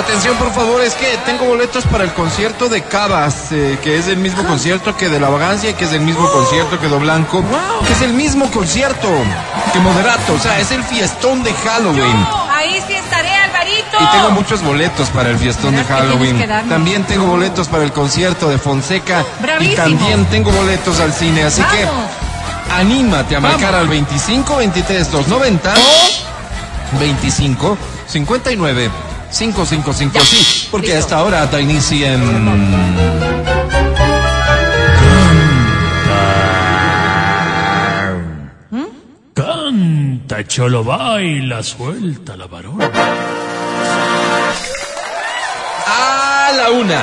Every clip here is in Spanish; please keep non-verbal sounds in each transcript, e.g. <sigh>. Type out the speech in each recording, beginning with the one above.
Atención, por favor, es que tengo boletos para el concierto de Cabas, eh, que es el mismo Ah. concierto que de La Vagancia, que es el Oh. mismo concierto que Do Blanco, que es el mismo concierto que Moderato, o sea, es el fiestón de Halloween. Ahí sí estaré, Alvarito. Y tengo muchos boletos para el fiestón de ¿Verdad Oh. que tienes Halloween. que darme? También tengo boletos para el concierto de Fonseca. Bravísimo. Y también tengo boletos al cine, así que Vamos. anímate a marcar al 25 23 290 25 59 555. Sí, porque listo. hasta ahora da inicio en. Canta, cholo, baila, suelta la varona. A la una,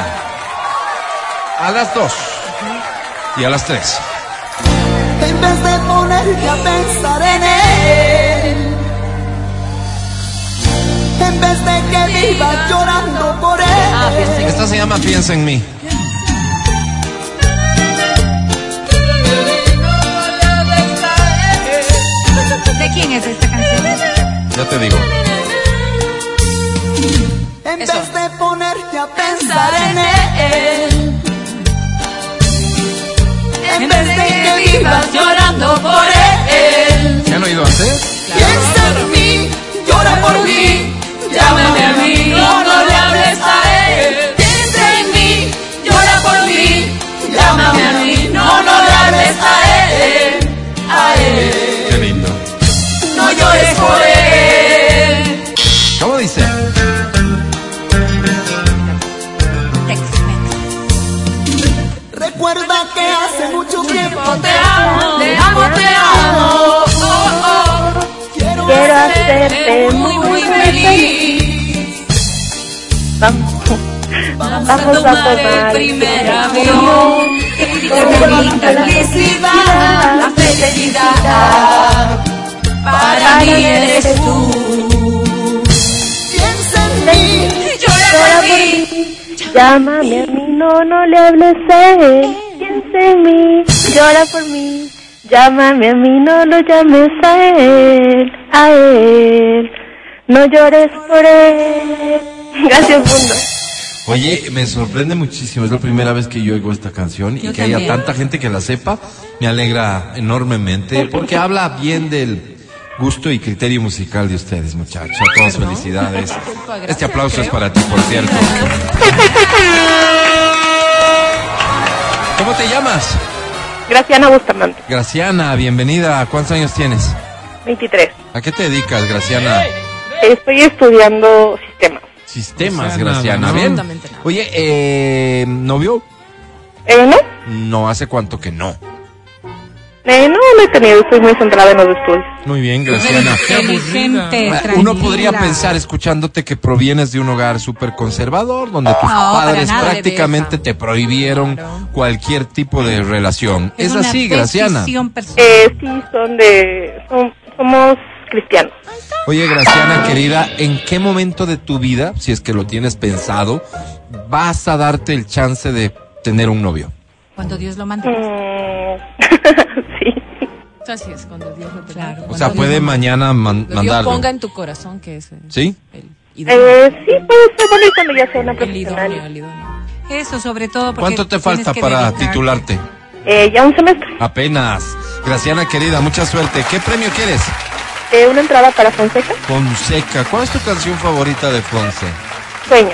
a las dos y a las tres. En vez de ponerte a pensar en él, en vez de que viva llorando por Ah, él, pensé Esta se llama Piensa en mí. que- ¿De quién es esta canción? Ya te digo. en Eso. vez de ponerte a pensar en él, en vez de que vivas llorando por él, ¿Ya han oído antes? piensa en mí, llora por mí, llámame a mí, no, no le hables a él, piensa en mí, llora por mí, llámame a mí, no, no le hables a él, a él. Qué lindo. No llores por él. ¿Cómo dice? Tex-Mex. Recuerda que hace mucho tiempo Te amo, te amo, te amo. Oh, oh. quiero Quiero hacer hacerte Muy, muy feliz. feliz. Vamos, Vamos a tomar el primer avión. Con Con la la felicidad, la felicidad. Para mí eres tú. Piensa en mí, Llora llora por por mí. mí. Llámame a mí, no, no le hables a él. Piensa en mí, llora por mí. Llámame a mí, no lo llames a él, a él. No llores por él. Gracias, mundo. Oye, Eh, me sorprende muchísimo. Es la primera vez que yo oigo esta canción y Yo que haya también. tanta gente que la sepa. Me alegra enormemente porque habla bien del gusto y criterio musical de ustedes, muchachos. A todos <laughs> felicidades. Este aplauso es para ti, por cierto. <laughs> ¿Cómo te llamas? Graciana Bustamante, Graciana, bienvenida. ¿Cuántos años tienes? 23. ¿A qué te dedicas, Graciana? Estoy estudiando sistemas. Sistemas, O sea, nada, Graciana. ¿no? Bien. Absolutamente nada. Oye, eh, ¿novio? ¿Eh, no? No, hace cuánto que no. Eh, no, no he tenido, estoy muy centrada en los estudios. Muy bien, Graciana. Inteligente, Uno tranquila. podría pensar, escuchándote, que provienes de un hogar súper conservador, donde tus No, para padres nada, prácticamente bebesa. te prohibieron Claro. cualquier tipo de relación. Es, una así, Graciana. decisión personal. Eh, sí, son de... son- somos cristianos. Oye, Graciana, querida, ¿en qué momento de tu vida, si es que lo tienes pensado, vas a darte el chance de tener un novio? Cuando Dios lo manda. Mm, sí. Así es, cuando Dios lo Claro. permite. O sea, puede mañana man- Cuando Dios mandarlo. ponga en tu corazón que es el, ¿Sí? el idóneo. Eh, sí, puede ser bueno y cuando ya sea una el idóneo, profesional. el idóneo. Eso, sobre todo. porque ¿Cuánto te tienes falta que para dedicarte. titularte? Eh, ya un semestre. Apenas. Graciana, querida, mucha suerte. ¿Qué premio quieres? Eh, una entrada para Fonseca. Fonseca. ¿Cuál es tu canción favorita de Fonseca? Sueño.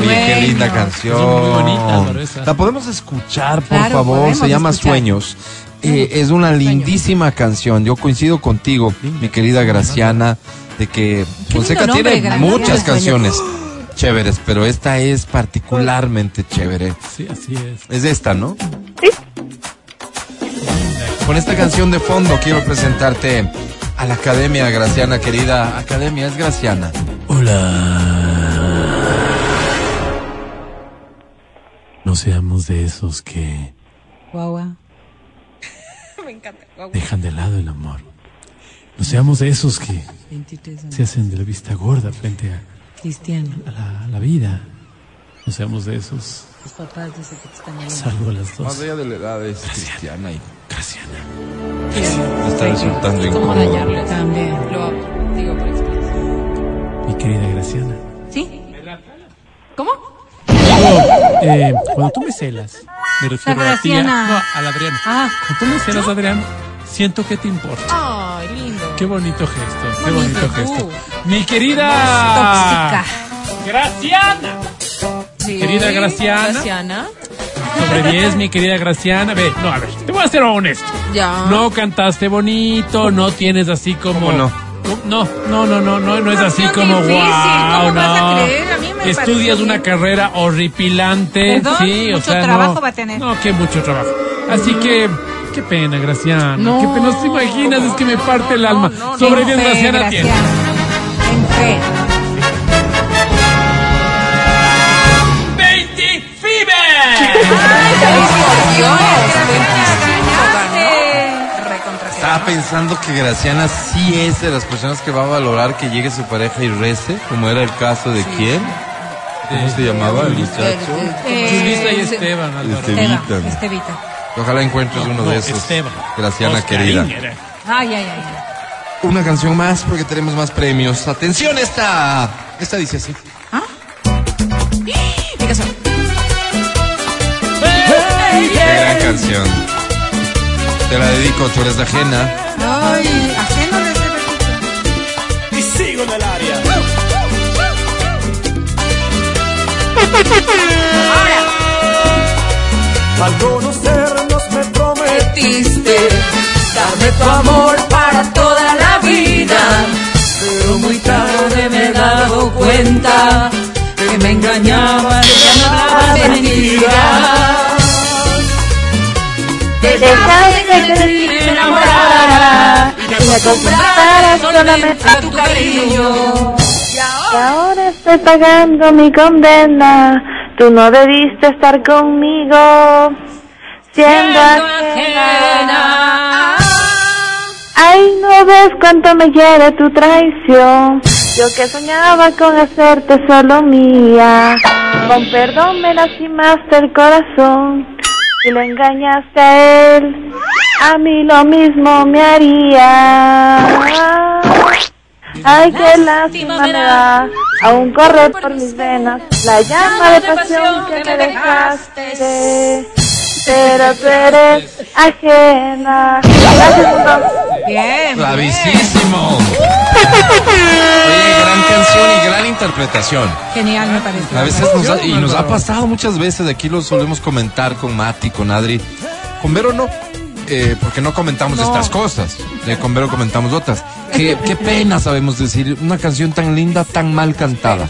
Oye, qué Sueños. linda canción. Son muy bonitas, pero esa. La podemos escuchar, por Claro, favor. podemos Se llama escuchar. Sueños. Eh, es una lindísima canción. Yo coincido contigo, mi querida Graciana, de que Fonseca nombre, tiene Graciana. muchas Sueños. <gasps> canciones chéveres, pero esta es particularmente chévere. Sí, así es. Es esta, ¿no? Sí. Con esta canción de fondo quiero presentarte a la Academia Graciana, querida Academia. Es Graciana. Hola. No seamos de esos que Guagua. dejan de lado el amor. No seamos de esos que 23 años. se hacen de la vista gorda frente a, Cristiano. a la, a la vida. No seamos de esos. Tus papás dicen que te están llamando. Salvo las dos. allá de la edad es cristiana y Graciana. Está resultando ¿Cómo incómodo. dañarles? También, lo digo por experiencia. Mi querida Graciana. ¿Sí? ¿Cómo? Eh, cuando tú me celas, me refiero La a ti. a- Graciana. No, al Adrián. Ah. Cuando tú me celas, Adrián, siento que te importa. Ay, lindo. Qué bonito gesto, qué Bonito, bonito gesto. tú. Mi querida. Uh. Tóxica. Graciana. Sí. Querida Graciana. Graciana. Sobre 10, mi querida Graciana. Ve, no, a ver, te voy a ser honesto. Ya. No cantaste bonito, no tienes así como. ¿Cómo no? No, no, no, no, no, no es así canción como difícil, wow, ¿cómo vas a no. creer? A mí me Estudias pareció una bien. carrera horripilante, Perdón, sí, o mucho sea, trabajo no, va a tener. No, que mucho trabajo. Así que qué pena, Graciana. No. Qué pena, no te imaginas, es que me parte el alma. No, no, Sobre en 10 fe, Graciana tiene. En fe. 20 Fiber. Ganaste. Recontra- Estaba pensando que Graciana sí es de las personas que va a valorar que llegue su pareja y rece, como era el caso de quién. ¿Cómo Este, se llamaba el muchacho? Eh, Chulita y Esteban, Álvaro. Estevitan. Esteban, Estevita. Ojalá encuentres uno No, Este de esos. Esteban. Graciana Oscarín querida. era. Ay, ay, ay. Una canción más porque tenemos más premios. Atención esta. Esta dice así. Picasso. Gran canción. Te la dedico, tú eres la ajena. Ay, ajeno de ese ratito. Y sigo en el área. Al conocernos me prometí prometiste darme tu amor para toda la vida. Pero muy tarde me he dado cuenta que me engañaba y ya no daba mentiras. Dejaste Me que te enamorara y la compraras solamente a tu cariño. Y ahora estoy pagando mi condena. Tú no debiste estar conmigo. Siendo ajena. Ajena. Ay, no ves cuánto me hiere tu traición. Yo que soñaba con hacerte solo mía. Con perdón me lastimaste el corazón. Y lo engañaste a él. A mí lo mismo me haría. Ay, qué lástima me da. Aún corre por mis venas la llama de pasión que me dejaste. Pero tú eres ajena. Gracias, entonces. Bien. Bravísimo. Uh. Oye, gran canción y gran interpretación. Genial, me parece. A veces nos ha- y nos ha pasado muchas veces, aquí lo solemos comentar con Mati, con Adri, con Vero no, eh, porque no comentamos estas cosas, eh, con Vero comentamos otras. Qué, qué pena sabemos decir una canción tan linda, tan mal cantada.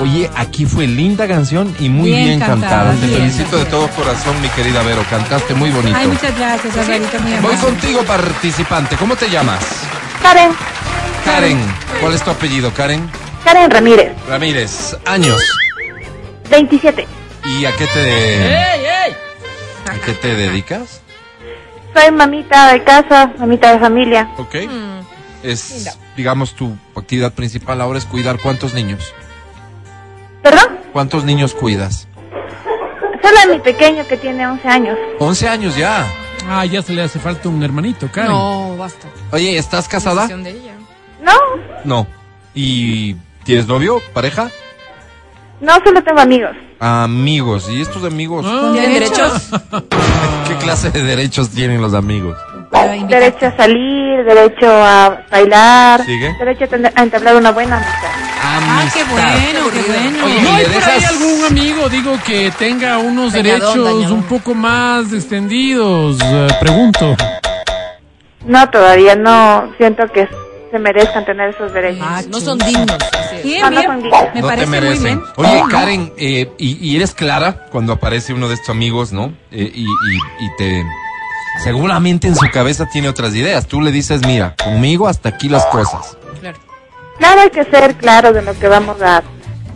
Oye, aquí fue linda canción y muy bien, Bien cantada. cantada, Te bien felicito de todo corazón, mi querida Vero, cantaste muy bonito. Ay, muchas gracias, Alvarito, muy Voy amable. contigo, participante, ¿cómo te llamas? Karen, Karen, ¿cuál es tu apellido, Karen? Karen Ramírez, Ramírez, años. 27. ¿Y a qué te... ¿A qué te dedicas? Soy mamita de casa, mamita de familia. Ok. Mm. Es, digamos, tu actividad principal ahora es cuidar cuántos niños. ¿Perdón? ¿Cuántos niños cuidas? Solo a mi pequeño que tiene 11 años. 11 años ya. Ah, ya se le hace falta un hermanito, Karen. No, basta. Oye, ¿estás casada? Decisión de ella. No, No. ¿Y tienes novio, pareja? no solo tengo amigos. Amigos. ¿Y estos amigos? Ah, ¿Tienen derechos? ¿Qué clase de derechos tienen los amigos? Para invitar. Derecho a salir, derecho a bailar, ¿Sigue? derecho a, tener- a entablar una buena amistad. Amistad. Ah, qué bueno, qué bueno. Oye, No ¿y hay le por ahí dejas- algún amigo, digo, que tenga unos Dañadón, derechos dañadón. un poco más extendidos, eh, pregunto. No, todavía no siento que se merezcan tener esos derechos. Ah, no son dignos. así es. Bien, No, no bien. son dignos. Me no parece te muy merecen. bien. Oye, Karen, eh, y, y eres clara cuando aparece uno de estos amigos, ¿no? Eh, y, y- y te... Seguramente en su cabeza tiene otras ideas. Tú le dices, mira, conmigo hasta aquí las cosas. Claro. Claro, hay que ser claro de lo que vamos a,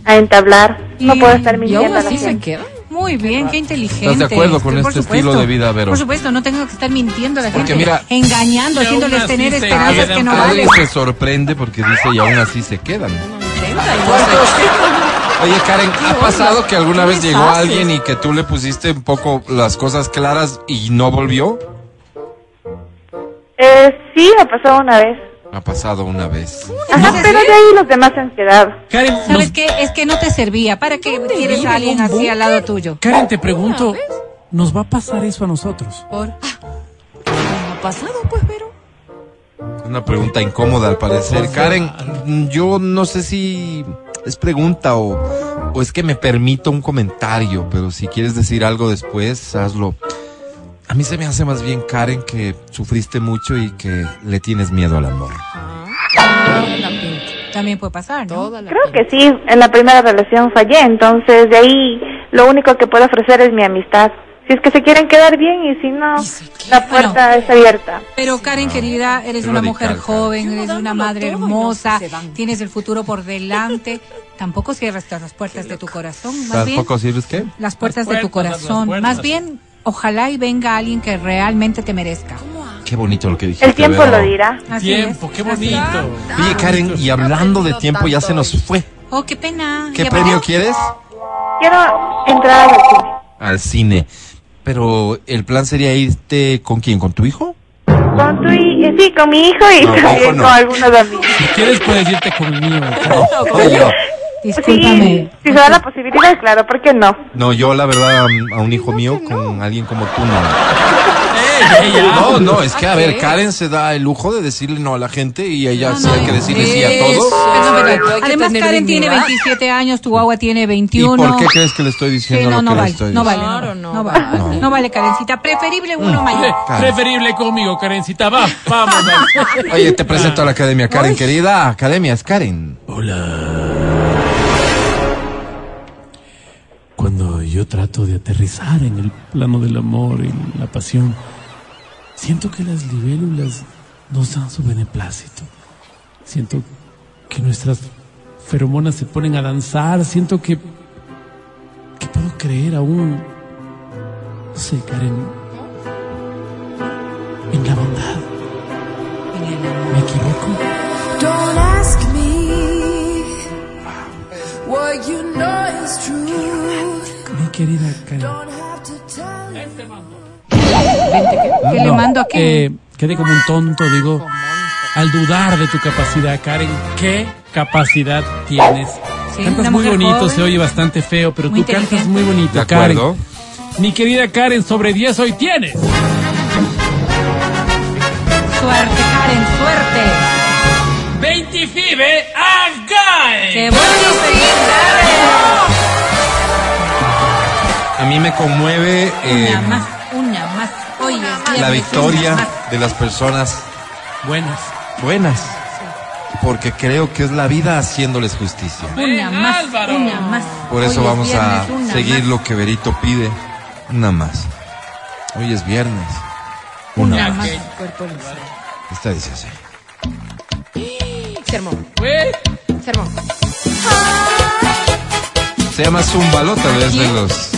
a entablar. No Y- puedo estar ¿Y aún mintiendo a la así se gente. queda? Muy bien, qué inteligente. ¿Estás de acuerdo con Por este estilo de vida, Vero? Por supuesto, no tengo que estar mintiendo a la Porque gente, mira- engañando, Y aún haciéndoles así tener se esperanzas quedan Ah, que no Adri valen. se sorprende porque dice, y aún así se quedan. Intenta y no Oye, Karen, ¿ha pasado que alguna ¿Qué vez les llegó haces? alguien y que tú le pusiste un poco las cosas claras y no volvió? Eh, sí, ha pasado una vez. Ha pasado una vez. Ajá, pero de ahí los demás se han quedado. Karen, ¿Sabes nos- qué? Es que no te servía. ¿Para qué quieres vive a alguien un así al lado tuyo? Karen, te pregunto, ¿nos va a pasar eso a nosotros? Por... ah, ha pasado, pues, pero... Una pregunta incómoda al parecer. Karen, mm, yo no sé si es pregunta o, o es que me permito un comentario, pero si quieres decir algo después, hazlo. A mí se me hace más bien, Karen, que sufriste mucho y que le tienes miedo al amor. También puede pasar, ¿no? Creo que sí, en la primera relación fallé, entonces de ahí lo único que puedo ofrecer es mi amistad. Si es que se quieren quedar bien y si no, la puerta está abierta. Pero Karen querida, eres Qué una radical, mujer Karen. joven, eres una madre todo y no hermosa, se van. tienes el futuro por delante. Tampoco cierres todas las puertas de tu corazón, más bien ¿Tampoco sirves qué? las puertas de tu puertas, las corazón, puertas. más bien ojalá y venga alguien que realmente te merezca. Qué bonito lo que dijiste. El tiempo lo Vero. dirá. Así Tiempo, es, qué así bonito. es. Oye, Karen, y hablando de tiempo, ya se nos fue. Oh, qué pena. ¿Qué Ya premio valió. quieres? Quiero entrar al cine. Al cine. Pero el plan sería irte con quién, con tu hijo? Con tu hi- eh, sí, con mi hijo y No, ojo, también no. con algunos amigos. Si quieres, puedes irte conmigo. Karen. Oye, yo. Sí, Discúlpame. si se da la posibilidad, claro, ¿por qué no? No, yo la verdad a un hijo mío con alguien como tú no. No, no, es que a ver, Karen se da el lujo de decirle no a la gente y ella No, se no, da que decirle sí a eso. todos. Perdón, perdón. Pero hay que Además, tener Karen tiene dignidad. 27 años, tu guagua tiene ¿Y 21. por qué crees que le estoy Sí, diciendo no, lo no que le vale, estoy no diciendo? vale, Claro, no, no no vale, vale. no vale, Karencita. Preferible uno mayor. Karen. Preferible conmigo, Karencita. Va, vamos. Oye, te presento a la academia, Karen, querida. Academia, es Karen. Cuando yo trato de aterrizar en el plano del amor y la pasión, siento que las libélulas nos dan su beneplácito. Siento que nuestras feromonas se ponen a danzar. Siento que. que puedo creer aún. No sé, Karen. En la bondad. ¿Me equivoco? Don't ask me what you know is true. Mi querida Karen. Don't have to tell me. ¿Qué le mando a qué? eh, quedé como un tonto, digo. Al dudar de tu capacidad, Karen, ¿qué capacidad tienes? Sí, una cantas muy mujer bonito, joven. se oye bastante feo, pero Muy tú cantas inteligente. muy bonito, ¿De Karen. acuerdo? Mi querida Karen, sobre 10 hoy tienes. Suerte, Karen, suerte. 25 a Karen. Qué bueno seguir, Karen. A mí me conmueve eh, Una más, una más. Hoy es la viernes, una más. victoria de las personas Buenas. buenas. Porque creo que es la vida haciéndoles justicia. Una más, una más. Por Hoy eso es vamos a viernes, una seguir más. lo que Berito pide. Una más. Hoy es viernes. Una, Una más. más. Cuerpo liso. Esta dice así. Sermón. Sermón. Se llama Zumbalota, tal vez de los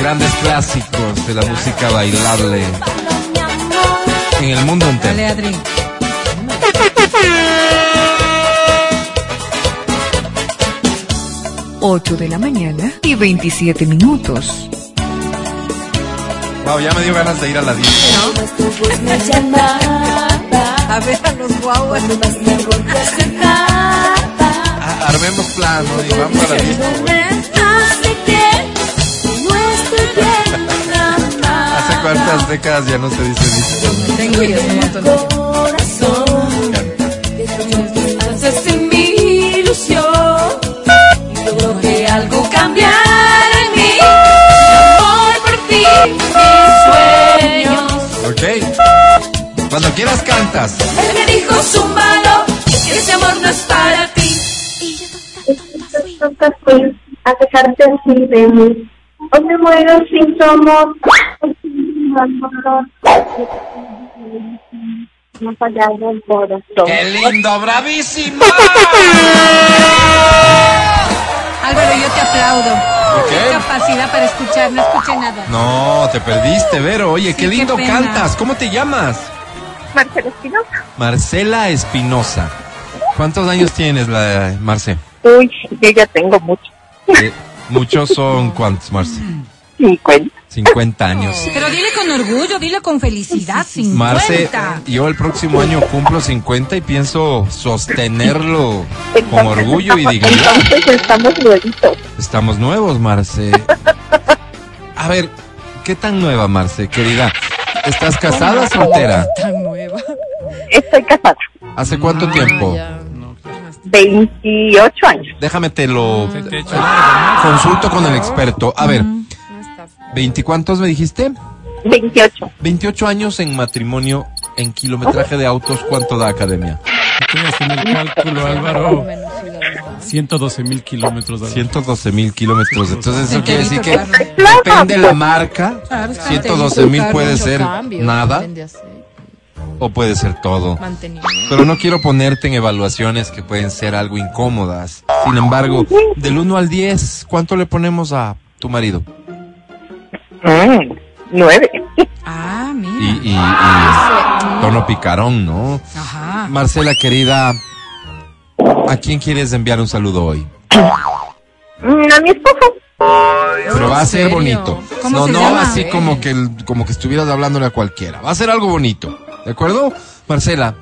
grandes clásicos de la música bailable en el mundo Dale, entero. Adri. Ocho de la mañana y 27 minutos. Wow, ya me dio ganas de ir a la disco. A ver a los guaguas. Ah, armemos plano y vamos a la disco. Hace cuántas décadas ya no se dice disco. Tengo yo un montón. Entonces en mi ilusión y logro que algo cambiara en mí. Amor por ti, mis sueños. Ok. Cuando quieras cantas. Él me dijo su mano que ese amor no es para ti. Tonta fui a dejarte así de mí. O me muero sin tu amor. o sin tu amor. Me ha fallado el corazón. ¡Qué lindo! <laughs> ¡Bravísimo! Álvaro, yo te aplaudo. ¿Por qué? Qué capacidad para escuchar, no escuché nada. No, te perdiste, Vero. Oye, Sí, qué lindo qué pena. cantas. ¿Cómo te llamas? Marcelo Espinosa. Marcela Espinosa. ¿Cuántos años tienes, la <laughs> Marce? Uy, yo ya tengo mucho. Eh, muchos son cuántos, Marce. 50. 50 años. Pero dile con orgullo, dile con felicidad, 50. Marce, yo el próximo año cumplo 50 y pienso sostenerlo con Entonces orgullo y estamos- dignidad. Entonces estamos nuevitos. Estamos nuevos, Marce. A ver, ¿qué tan nueva, Marce, querida? ¿Estás casada, soltera? Tan nueva. Estoy casada, ¿Hace cuánto Ah, tiempo? Ya. 28 años. Déjame te lo Se te echó la consulto con el experto. A ver, ¿veinticuántos me dijiste? 28. 28 años en matrimonio, en kilometraje de autos, ¿cuánto da academia? Tú en el cálculo, Álvaro. 112 mil kilómetros. Álvaro. 112 mil kilómetros. Entonces eso quiere decir que Enterito, claro. depende la marca. Claro, está 112 mil enterito, puede Carlos. ser nada o puede ser todo. Mantenido. Pero no quiero ponerte en evaluaciones que pueden ser algo incómodas. Sin embargo, del 1 al 10, ¿cuánto le ponemos a tu marido? Mm, 9. Ah, Y, mira. y- y tono picarón, ¿no? Ajá. Marcela, querida, ¿a quién quieres enviar un saludo hoy? Mm, A mi esposo. Pero va a ¿En ser serio? bonito. ¿Cómo No, se no, llama? así como que, el- como que estuvieras hablándole a cualquiera. Va a ser algo bonito. ¿De acuerdo? Marcela,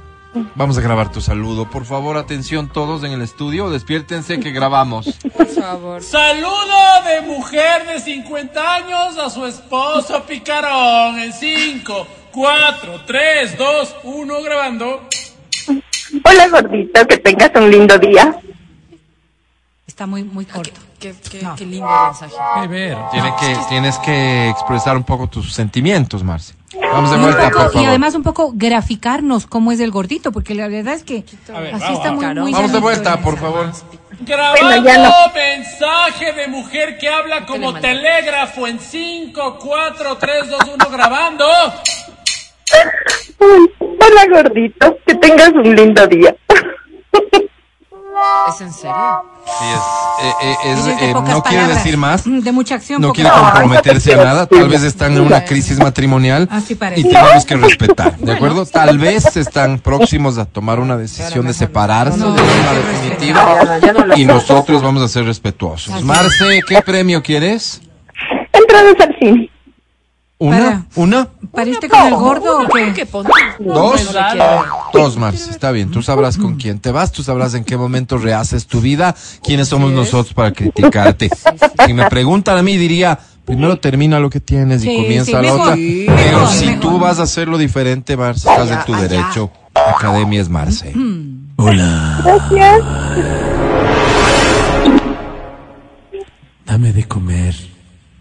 vamos a grabar tu saludo. Por favor, atención todos en el estudio. Despiértense que grabamos. Por favor. Saludo de mujer de 50 años a su esposo Picarón en 5, 4, 3, 2, 1 grabando. Hola, gordito. Que tengas un lindo día. Está muy, muy corto. Ah, Qué, qué, No. qué lindo mensaje. Qué ver. Tiene que, tienes que expresar un poco tus sentimientos, Marce. Vamos de Y, un vuelta, poco- por y favor. además un poco graficarnos cómo es el gordito, porque la verdad es que así está muy, muy Vamos de llanito vuelta, el por mensaje. favor. Grabando ya no. mensaje de mujer que habla como Telemaldo. telégrafo en 5, 4, 3, 2, 1 grabando. Ay, Hola, gordito. Que tengas un lindo día. <laughs> ¿Es en serio? Sí, es, eh, eh, es, Dices de eh, pocas no quiere palabras, decir más. mm, De mucha acción. No poca- quiere comprometerse a nada. Tal vez están en una Bueno. crisis matrimonial Así parece. y tenemos que respetar, ¿de acuerdo? Tal vez están próximos a tomar una decisión de separarse de No, forma hay que definitiva y nosotros vamos a ser respetuosos. Marce, ¿qué premio quieres? Entradas al cine. ¿Una? Para. ¿Una? ¿Para irte con el gordo o qué? ¿Qué ponte? Dos, dos, Marce, está bien. Tú sabrás con quién te vas, tú sabrás en qué momento rehaces tu vida, quiénes somos nosotros para criticarte. Si me preguntan a mí, diría, primero termina lo que tienes y Sí, comienza sí, la mejor, otra. sí, Pero mejor, si mejor. tú vas a hacerlo diferente, Marce, estás en tu derecho. Academia es Marce. Hola, Gracias. dame de comer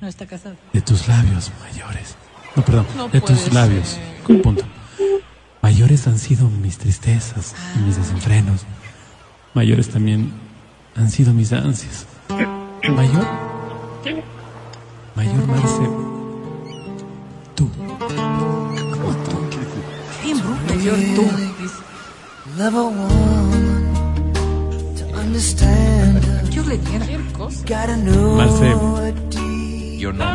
No está casado. de tus labios mayores. No, perdón, de tus labios. Con punto. Mayores han sido mis tristezas y mis desenfrenos. Mayores también han sido mis ansias. Mayor. Mayor Marce. Tú. Bien bruto, yo tú. Yo le diera. Marce. Yo no.